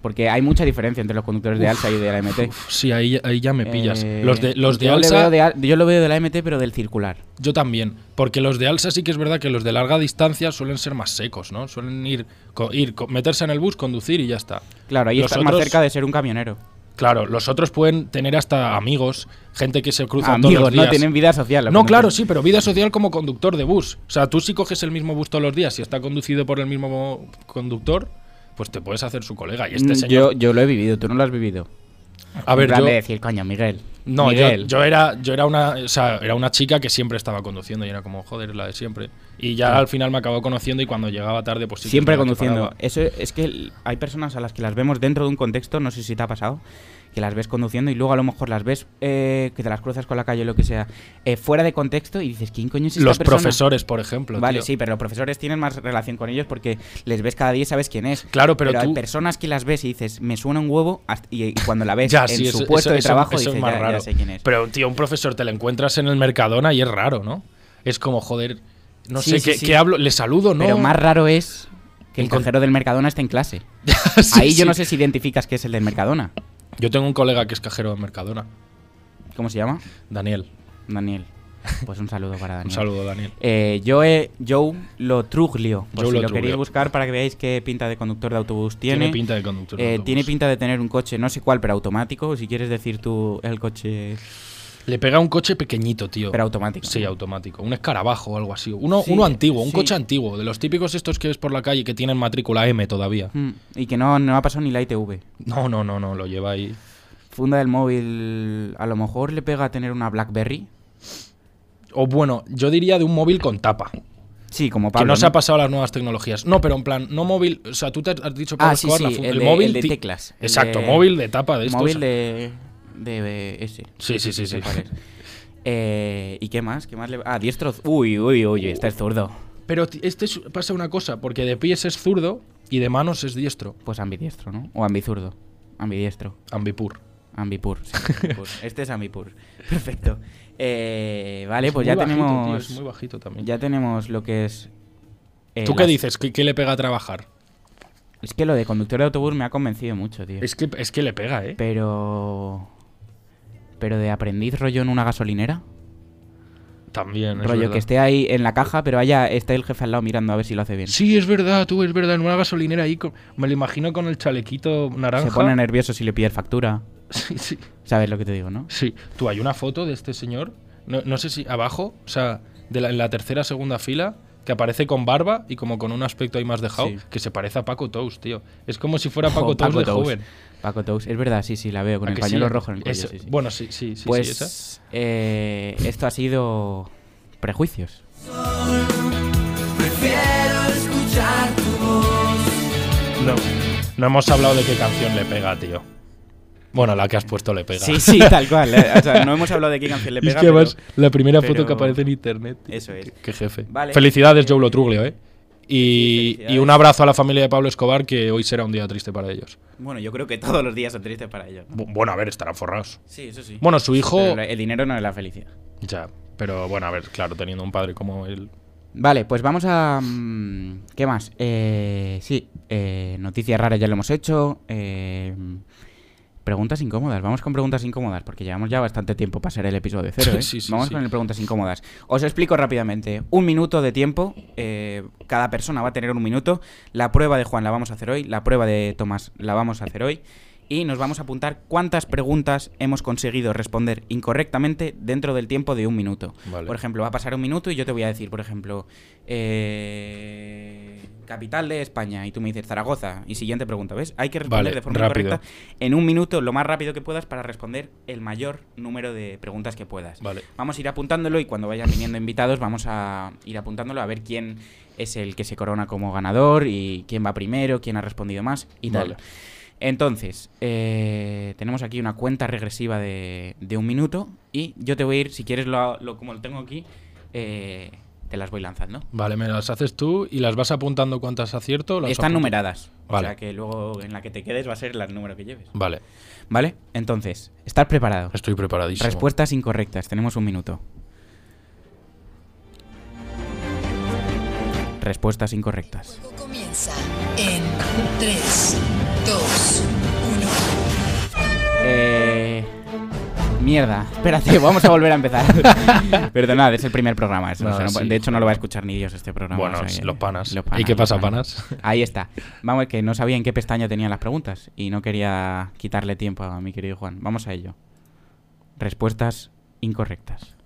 [SPEAKER 1] Porque hay mucha diferencia entre los conductores de Alsa y de la MT.
[SPEAKER 2] Sí, ahí, ahí ya me pillas.
[SPEAKER 1] Eh,
[SPEAKER 2] los de, los de
[SPEAKER 1] yo le
[SPEAKER 2] Alsa.
[SPEAKER 1] veo de Al- yo lo veo de la MT, pero del circular.
[SPEAKER 2] Yo también, porque los de alza sí que es verdad que los de larga distancia suelen ser más secos, ¿no? Suelen ir, co- ir co- meterse en el bus, conducir y ya está.
[SPEAKER 1] Claro, ahí
[SPEAKER 2] Los
[SPEAKER 1] estás más
[SPEAKER 2] otros-
[SPEAKER 1] cerca de ser un camionero.
[SPEAKER 2] Claro, los otros pueden tener hasta amigos, gente que se cruza todos los
[SPEAKER 1] Amigos,
[SPEAKER 2] días.
[SPEAKER 1] no tienen vida social. los
[SPEAKER 2] No, claro,
[SPEAKER 1] conductores.
[SPEAKER 2] sí, pero vida social como conductor de bus. O sea, tú si coges el mismo bus todos los días y está conducido por el mismo conductor, pues te puedes hacer su colega. Y este
[SPEAKER 1] Mm,
[SPEAKER 2] señor.
[SPEAKER 1] Yo, yo lo he vivido, tú no lo has vivido.
[SPEAKER 2] a ver,
[SPEAKER 1] En plan
[SPEAKER 2] yo.
[SPEAKER 1] de decir, coño, Miguel.
[SPEAKER 2] No, yo,
[SPEAKER 1] Miguel.
[SPEAKER 2] yo era, yo era una, o sea, era una chica que siempre estaba conduciendo y era como, joder, la de siempre. Y ya al final me acabó conociendo y cuando llegaba tarde, pues sí que
[SPEAKER 1] Siempre
[SPEAKER 2] es verdad que
[SPEAKER 1] conduciendo.
[SPEAKER 2] paraba.
[SPEAKER 1] Eso es que l- hay personas a las que las vemos dentro de un contexto, no sé si te ha pasado, que las ves conduciendo y luego a lo mejor las ves eh, que te las cruzas con la calle o lo que sea, eh, fuera de contexto y dices, ¿quién coño es esta
[SPEAKER 2] Los
[SPEAKER 1] persona?
[SPEAKER 2] profesores, por ejemplo.
[SPEAKER 1] Vale,
[SPEAKER 2] tío.
[SPEAKER 1] sí, pero los profesores tienen más relación con ellos porque les ves cada día y sabes quién es.
[SPEAKER 2] Claro, pero
[SPEAKER 1] hay
[SPEAKER 2] tú-
[SPEAKER 1] personas que las ves y dices, me suena un huevo, hasta- y, y cuando la ves en
[SPEAKER 2] sí,
[SPEAKER 1] su
[SPEAKER 2] eso-
[SPEAKER 1] puesto
[SPEAKER 2] eso-
[SPEAKER 1] de
[SPEAKER 2] eso-
[SPEAKER 1] trabajo
[SPEAKER 2] eso
[SPEAKER 1] dices,
[SPEAKER 2] es más
[SPEAKER 1] ya, ya
[SPEAKER 2] raro.
[SPEAKER 1] sé quién es.
[SPEAKER 2] Pero, tío, un profesor te lo encuentras en el Mercadona y es raro, ¿no? Es como, joder, no
[SPEAKER 1] Sí,
[SPEAKER 2] sé
[SPEAKER 1] sí,
[SPEAKER 2] qué,
[SPEAKER 1] sí.
[SPEAKER 2] qué hablo, le saludo, ¿no?
[SPEAKER 1] Pero más raro es que el
[SPEAKER 2] Encon-
[SPEAKER 1] cajero del Mercadona está en clase.
[SPEAKER 2] Sí,
[SPEAKER 1] Ahí yo
[SPEAKER 2] sí.
[SPEAKER 1] no sé si identificas que es el del Mercadona.
[SPEAKER 2] Yo tengo un colega que es cajero de Mercadona,
[SPEAKER 1] ¿Cómo se llama?
[SPEAKER 2] Daniel.
[SPEAKER 1] Daniel. Pues un saludo para Daniel.
[SPEAKER 2] Un saludo, Daniel.
[SPEAKER 1] Eh, Joe, Joe Lotruglio. Por
[SPEAKER 2] Joe
[SPEAKER 1] si lo
[SPEAKER 2] Lotruglio.
[SPEAKER 1] queréis buscar para que veáis qué pinta de conductor de autobús tiene.
[SPEAKER 2] Tiene, pinta de conductor. de
[SPEAKER 1] Eh,
[SPEAKER 2] autobús.
[SPEAKER 1] tiene pinta de tener un coche, no sé cuál, pero automático. Si quieres decir tú el coche,
[SPEAKER 2] Le pega un coche pequeñito, tío.
[SPEAKER 1] pero automático.
[SPEAKER 2] Sí, automático. Un escarabajo o algo así. Uno,
[SPEAKER 1] Sí,
[SPEAKER 2] uno antiguo, un
[SPEAKER 1] sí.
[SPEAKER 2] coche antiguo. De los típicos estos que ves por la calle que tienen matrícula M todavía.
[SPEAKER 1] Mm, Y que no, no ha pasado ni la ITV.
[SPEAKER 2] No, no, no, no, lo lleva ahí.
[SPEAKER 1] Funda del móvil, a lo mejor le pega a tener una Blackberry.
[SPEAKER 2] O bueno, yo diría de un móvil con tapa.
[SPEAKER 1] Sí, como
[SPEAKER 2] que
[SPEAKER 1] Pablo.
[SPEAKER 2] no, se
[SPEAKER 1] ¿no?
[SPEAKER 2] ha pasado a las nuevas tecnologías. No, pero en plan, no móvil. O sea, tú te has dicho Pablo
[SPEAKER 1] Ah, sí,
[SPEAKER 2] Escobar, la
[SPEAKER 1] sí,
[SPEAKER 2] fun-
[SPEAKER 1] el
[SPEAKER 2] el,
[SPEAKER 1] de-
[SPEAKER 2] móvil.
[SPEAKER 1] el de
[SPEAKER 2] ti-
[SPEAKER 1] teclas, el
[SPEAKER 2] Exacto,
[SPEAKER 1] de-
[SPEAKER 2] móvil de tapa de estos.
[SPEAKER 1] Móvil de, de, de ese.
[SPEAKER 2] Sí, sí, sí, sí.
[SPEAKER 1] sé cuál es. Eh, ¿Y qué más? ¿Qué más le... Ah, diestro. Uy, uy, uy, este es zurdo.
[SPEAKER 2] Pero ti- este es- pasa una cosa, porque de pies es zurdo y de manos es diestro.
[SPEAKER 1] Pues ambidiestro, ¿no? O ambizurdo. Ambidiestro.
[SPEAKER 2] Ambipur.
[SPEAKER 1] Ambipur. sí, ambipur. este es ambipur. Perfecto. Eh, vale,
[SPEAKER 2] Es
[SPEAKER 1] pues
[SPEAKER 2] muy
[SPEAKER 1] ya
[SPEAKER 2] bajito, tío,
[SPEAKER 1] tenemos.
[SPEAKER 2] es muy bajito también.
[SPEAKER 1] ya tenemos lo que es. eh,
[SPEAKER 2] ¿Tú qué
[SPEAKER 1] las-
[SPEAKER 2] dices? ¿Qué, qué le pega a trabajar?
[SPEAKER 1] Es que lo de conductor de autobús me ha convencido mucho, tío.
[SPEAKER 2] Es que, es que le pega, ¿eh?
[SPEAKER 1] Pero. Pero de aprendiz rollo en una gasolinera.
[SPEAKER 2] También. es
[SPEAKER 1] rollo
[SPEAKER 2] verdad.
[SPEAKER 1] que este- esté ahí en la caja, pero allá está el jefe al lado mirando a ver si lo hace bien.
[SPEAKER 2] Sí, es verdad, tú, es verdad. En una gasolinera ahí, con- me lo imagino con el chalequito naranja.
[SPEAKER 1] Se pone nervioso si le pides factura.
[SPEAKER 2] Sí, sí.
[SPEAKER 1] ¿Sabes lo que te digo, no?
[SPEAKER 2] Sí, tú hay una foto de este señor, no, no sé si abajo, o sea, de la, en la tercera segunda fila, que aparece con barba y como con un aspecto ahí más dejado,
[SPEAKER 1] Sí.
[SPEAKER 2] que se parece a Paco Tous, tío. Es como si fuera
[SPEAKER 1] Jo,
[SPEAKER 2] Paco Tous de
[SPEAKER 1] Tous.
[SPEAKER 2] joven.
[SPEAKER 1] Paco Tous. Es verdad, sí, sí, la veo con
[SPEAKER 2] ¿A
[SPEAKER 1] el
[SPEAKER 2] que
[SPEAKER 1] pañuelo
[SPEAKER 2] sí?
[SPEAKER 1] rojo en el cuello.
[SPEAKER 2] Eso-
[SPEAKER 1] sí, sí.
[SPEAKER 2] Bueno, sí, sí, sí, sí,
[SPEAKER 1] pues
[SPEAKER 2] esa.
[SPEAKER 1] eh, esto ha sido prejuicios.
[SPEAKER 2] No. No hemos hablado de qué canción le pega, tío. Bueno, la que has puesto le pega.
[SPEAKER 1] Sí, sí, tal cual. eh. O sea, no hemos hablado de qué canción le
[SPEAKER 2] Y
[SPEAKER 1] pega.
[SPEAKER 2] es que
[SPEAKER 1] pero-
[SPEAKER 2] además, la primera foto
[SPEAKER 1] pero-
[SPEAKER 2] que aparece en internet.
[SPEAKER 1] Eso es.
[SPEAKER 2] Qué jefe.
[SPEAKER 1] Vale.
[SPEAKER 2] Felicidades, Joe Lotruglio, ¿eh?
[SPEAKER 1] Sí,
[SPEAKER 2] Y,
[SPEAKER 1] felicidades.
[SPEAKER 2] y un abrazo a la familia de Pablo Escobar, que hoy será un día triste para ellos.
[SPEAKER 1] Bueno, yo creo que todos los días son tristes para ellos. ¿no?
[SPEAKER 2] Bu- Bueno, a ver, estarán forrados.
[SPEAKER 1] Sí, eso sí.
[SPEAKER 2] Bueno, su hijo.
[SPEAKER 1] Pero el dinero no es la felicidad.
[SPEAKER 2] Ya, pero bueno, a ver, claro, teniendo un padre como él.
[SPEAKER 1] Vale, pues vamos a. mm, ¿Qué más? Eh, sí, eh, noticias raras ya lo hemos hecho. eh, preguntas incómodas. Vamos con preguntas incómodas, porque llevamos ya bastante tiempo para ser el episodio cero. ¿eh?
[SPEAKER 2] Sí, sí,
[SPEAKER 1] vamos
[SPEAKER 2] sí.
[SPEAKER 1] con el preguntas incómodas. Os explico rápidamente. Un minuto de tiempo. eh, cada persona va a tener un minuto. La prueba de Juan la vamos a hacer hoy. La prueba de Tomás la vamos a hacer hoy. Y nos vamos a apuntar cuántas preguntas hemos conseguido responder incorrectamente dentro del tiempo de un minuto.
[SPEAKER 2] Vale.
[SPEAKER 1] Por ejemplo, va a pasar un minuto y yo te voy a decir, por ejemplo, eh, capital de España. Y tú me dices Zaragoza. Y siguiente pregunta, ¿ves? Hay que responder
[SPEAKER 2] Vale,
[SPEAKER 1] de forma
[SPEAKER 2] rápido.
[SPEAKER 1] correcta en un minuto, lo más rápido que puedas, para responder el mayor número de preguntas que puedas.
[SPEAKER 2] Vale.
[SPEAKER 1] Vamos a ir apuntándolo y cuando vayan viniendo invitados vamos a ir apuntándolo a ver quién es el que se corona como ganador y quién va primero, quién ha respondido más y tal.
[SPEAKER 2] Vale.
[SPEAKER 1] Entonces, eh, tenemos aquí una cuenta regresiva de, de un minuto y yo te voy a ir, si quieres, lo, lo- como lo tengo aquí, eh, te las voy lanzando.
[SPEAKER 2] Vale, me las haces tú y las vas apuntando cuántas acierto. las
[SPEAKER 1] Están
[SPEAKER 2] apunto-
[SPEAKER 1] numeradas.
[SPEAKER 2] Vale.
[SPEAKER 1] O sea que luego en la que te quedes va a ser el número que lleves.
[SPEAKER 2] Vale,
[SPEAKER 1] ¿Vale? Entonces, ¿estás preparado?
[SPEAKER 2] estoy preparadísimo.
[SPEAKER 1] Respuestas incorrectas, tenemos un minuto. Respuestas incorrectas.
[SPEAKER 8] Comienza en 3, 2, 1.
[SPEAKER 1] Eh. Mierda, espérate, vamos a volver a empezar. Perdonad, es el primer programa. eso, o sea,
[SPEAKER 2] Nada,
[SPEAKER 1] no pu-
[SPEAKER 2] sí.
[SPEAKER 1] de hecho, no lo va a escuchar ni Dios este programa.
[SPEAKER 2] Bueno,
[SPEAKER 1] o sea que-
[SPEAKER 2] los panas.
[SPEAKER 1] los
[SPEAKER 2] ¿Y qué
[SPEAKER 1] los
[SPEAKER 2] pasa, panas?
[SPEAKER 1] Ahí está. Vamos, que no sabía en qué pestaña tenían las preguntas y no quería quitarle tiempo a mi querido Juan. Vamos a ello. Respuestas incorrectas.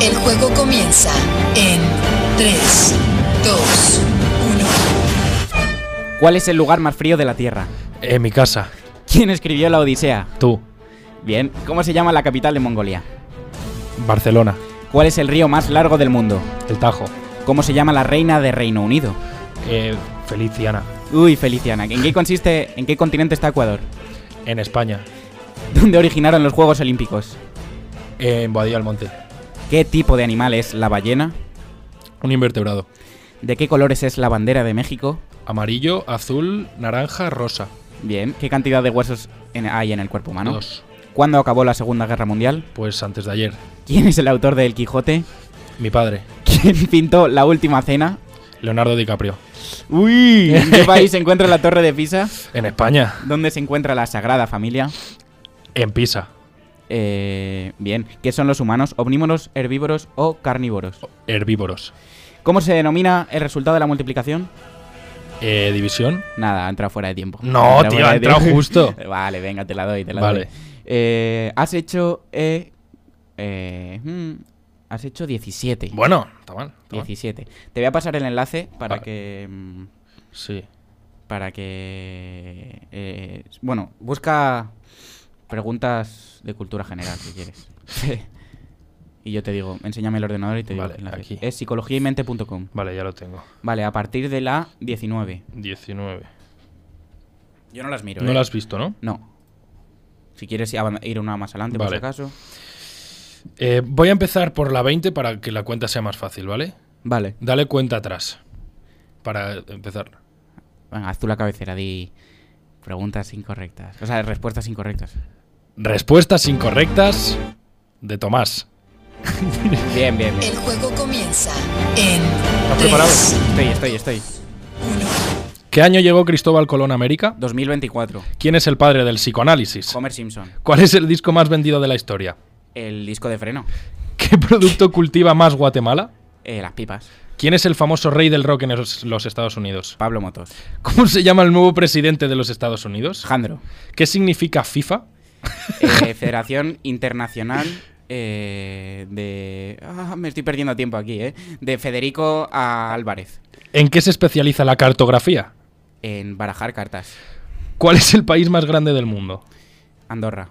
[SPEAKER 8] El juego comienza en 3, 2, 1.
[SPEAKER 1] ¿Cuál es el lugar más frío de la Tierra?
[SPEAKER 2] En mi casa,
[SPEAKER 1] ¿Quién escribió la Odisea?
[SPEAKER 2] tú,
[SPEAKER 1] Bien. ¿Cómo se llama la capital de Mongolia?
[SPEAKER 2] Barcelona,
[SPEAKER 1] ¿Cuál es el río más largo del mundo?
[SPEAKER 2] el Tajo,
[SPEAKER 1] ¿Cómo se llama la reina de Reino Unido?
[SPEAKER 2] eh, Feliciana,
[SPEAKER 1] Uy, Feliciana, ¿en qué consiste, en qué continente está Ecuador?
[SPEAKER 2] en España,
[SPEAKER 1] ¿Dónde originaron los Juegos Olímpicos?
[SPEAKER 2] en Boadilla del Monte,
[SPEAKER 1] ¿Qué tipo de animal es la ballena?
[SPEAKER 2] un invertebrado,
[SPEAKER 1] ¿De qué colores es la bandera de México?
[SPEAKER 2] amarillo, azul, naranja, rosa,
[SPEAKER 1] Bien, ¿qué cantidad de huesos en- hay en el cuerpo humano?
[SPEAKER 2] dos.
[SPEAKER 1] ¿Cuándo acabó la Segunda Guerra Mundial?
[SPEAKER 2] Pues antes de ayer,
[SPEAKER 1] ¿Quién es el autor de El Quijote?
[SPEAKER 2] mi padre,
[SPEAKER 1] ¿Quién pintó La Última Cena?
[SPEAKER 2] Leonardo DiCaprio,
[SPEAKER 1] Uy, ¿en qué país se encuentra la Torre de Pisa?
[SPEAKER 2] en España,
[SPEAKER 1] ¿Dónde se encuentra la Sagrada Familia?
[SPEAKER 2] en Pisa,
[SPEAKER 1] Eh, bien, ¿qué son los humanos? ¿Omnívoros, herbívoros o carnívoros?
[SPEAKER 2] herbívoros,
[SPEAKER 1] ¿Cómo se denomina el resultado de la multiplicación?
[SPEAKER 2] eh, división,
[SPEAKER 1] Nada, ha entrado fuera de tiempo. Ha
[SPEAKER 2] No,
[SPEAKER 1] entrado
[SPEAKER 2] tío,
[SPEAKER 1] fuera
[SPEAKER 2] ha
[SPEAKER 1] de
[SPEAKER 2] entrado
[SPEAKER 1] tiempo.
[SPEAKER 2] justo.
[SPEAKER 1] Vale, venga, te la doy, te la
[SPEAKER 2] Vale.
[SPEAKER 1] doy. Eh, has hecho. eh, eh, hmm, has hecho 17.
[SPEAKER 2] bueno, está mal, está mal.
[SPEAKER 1] 17. Te voy a pasar el enlace para
[SPEAKER 2] Vale.
[SPEAKER 1] que. mm,
[SPEAKER 2] sí,
[SPEAKER 1] Para que. eh, bueno, busca preguntas de cultura general si quieres. y yo te digo, enséñame el ordenador y te digo.
[SPEAKER 2] Vale,
[SPEAKER 1] el enlace.
[SPEAKER 2] aquí.
[SPEAKER 1] Es psicologiaymente.com.
[SPEAKER 2] vale, ya lo tengo,
[SPEAKER 1] Vale, a partir de la 19.
[SPEAKER 2] 19.
[SPEAKER 1] Yo no las miro.
[SPEAKER 2] No
[SPEAKER 1] ¿eh?
[SPEAKER 2] lo has visto, ¿no?
[SPEAKER 1] No. Si quieres ir avan- ir una más adelante, por
[SPEAKER 2] Vale.
[SPEAKER 1] si acaso.
[SPEAKER 2] Eh, voy a empezar por la 20 para que la cuenta sea más fácil, ¿vale?
[SPEAKER 1] Vale.
[SPEAKER 2] Dale cuenta atrás. Para empezar.
[SPEAKER 1] Venga, haz tú la cabecera, di preguntas incorrectas. O sea, respuestas incorrectas.
[SPEAKER 2] Respuestas incorrectas de Tomás.
[SPEAKER 1] Bien, bien, bien.
[SPEAKER 8] El juego comienza en
[SPEAKER 2] preparado?
[SPEAKER 1] Estoy,
[SPEAKER 8] 3,
[SPEAKER 1] estoy, estoy.
[SPEAKER 8] 1.
[SPEAKER 2] ¿Qué año llegó Cristóbal Colón a América?
[SPEAKER 1] 2024.
[SPEAKER 2] ¿Quién es el padre del psicoanálisis?
[SPEAKER 1] Homer Simpson.
[SPEAKER 2] ¿Cuál es el disco más vendido de la historia?
[SPEAKER 1] El disco de freno.
[SPEAKER 2] ¿Qué producto cultiva más Guatemala?
[SPEAKER 1] Eh, las pipas.
[SPEAKER 2] ¿Quién es el famoso rey del rock en los, los Estados Unidos?
[SPEAKER 1] Pablo Motos.
[SPEAKER 2] ¿Cómo se llama el nuevo presidente de los Estados Unidos?
[SPEAKER 1] Jandro.
[SPEAKER 2] ¿Qué significa FIFA?
[SPEAKER 1] Eh, Federación Internacional eh, de... Ah, me estoy perdiendo tiempo aquí, ¿eh? De Federico a Álvarez.
[SPEAKER 2] ¿En qué se especializa la cartografía?
[SPEAKER 1] En barajar cartas.
[SPEAKER 2] ¿Cuál es el país más grande del mundo?
[SPEAKER 1] Andorra.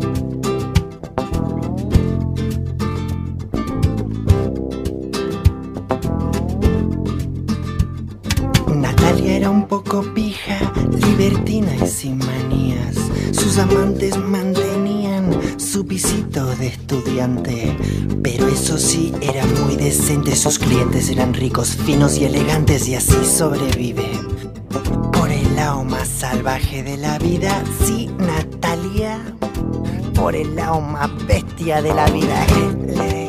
[SPEAKER 9] Natalia era un poco pija, libertina y sin manías. Sus amantes mantenían su pisito de estudiante. Pero eso sí, era muy decente. Sus clientes eran ricos, finos y elegantes y así sobrevive. Por el lado más salvaje de la vida, sí, Natalia. Por el lado más bestia de la vida,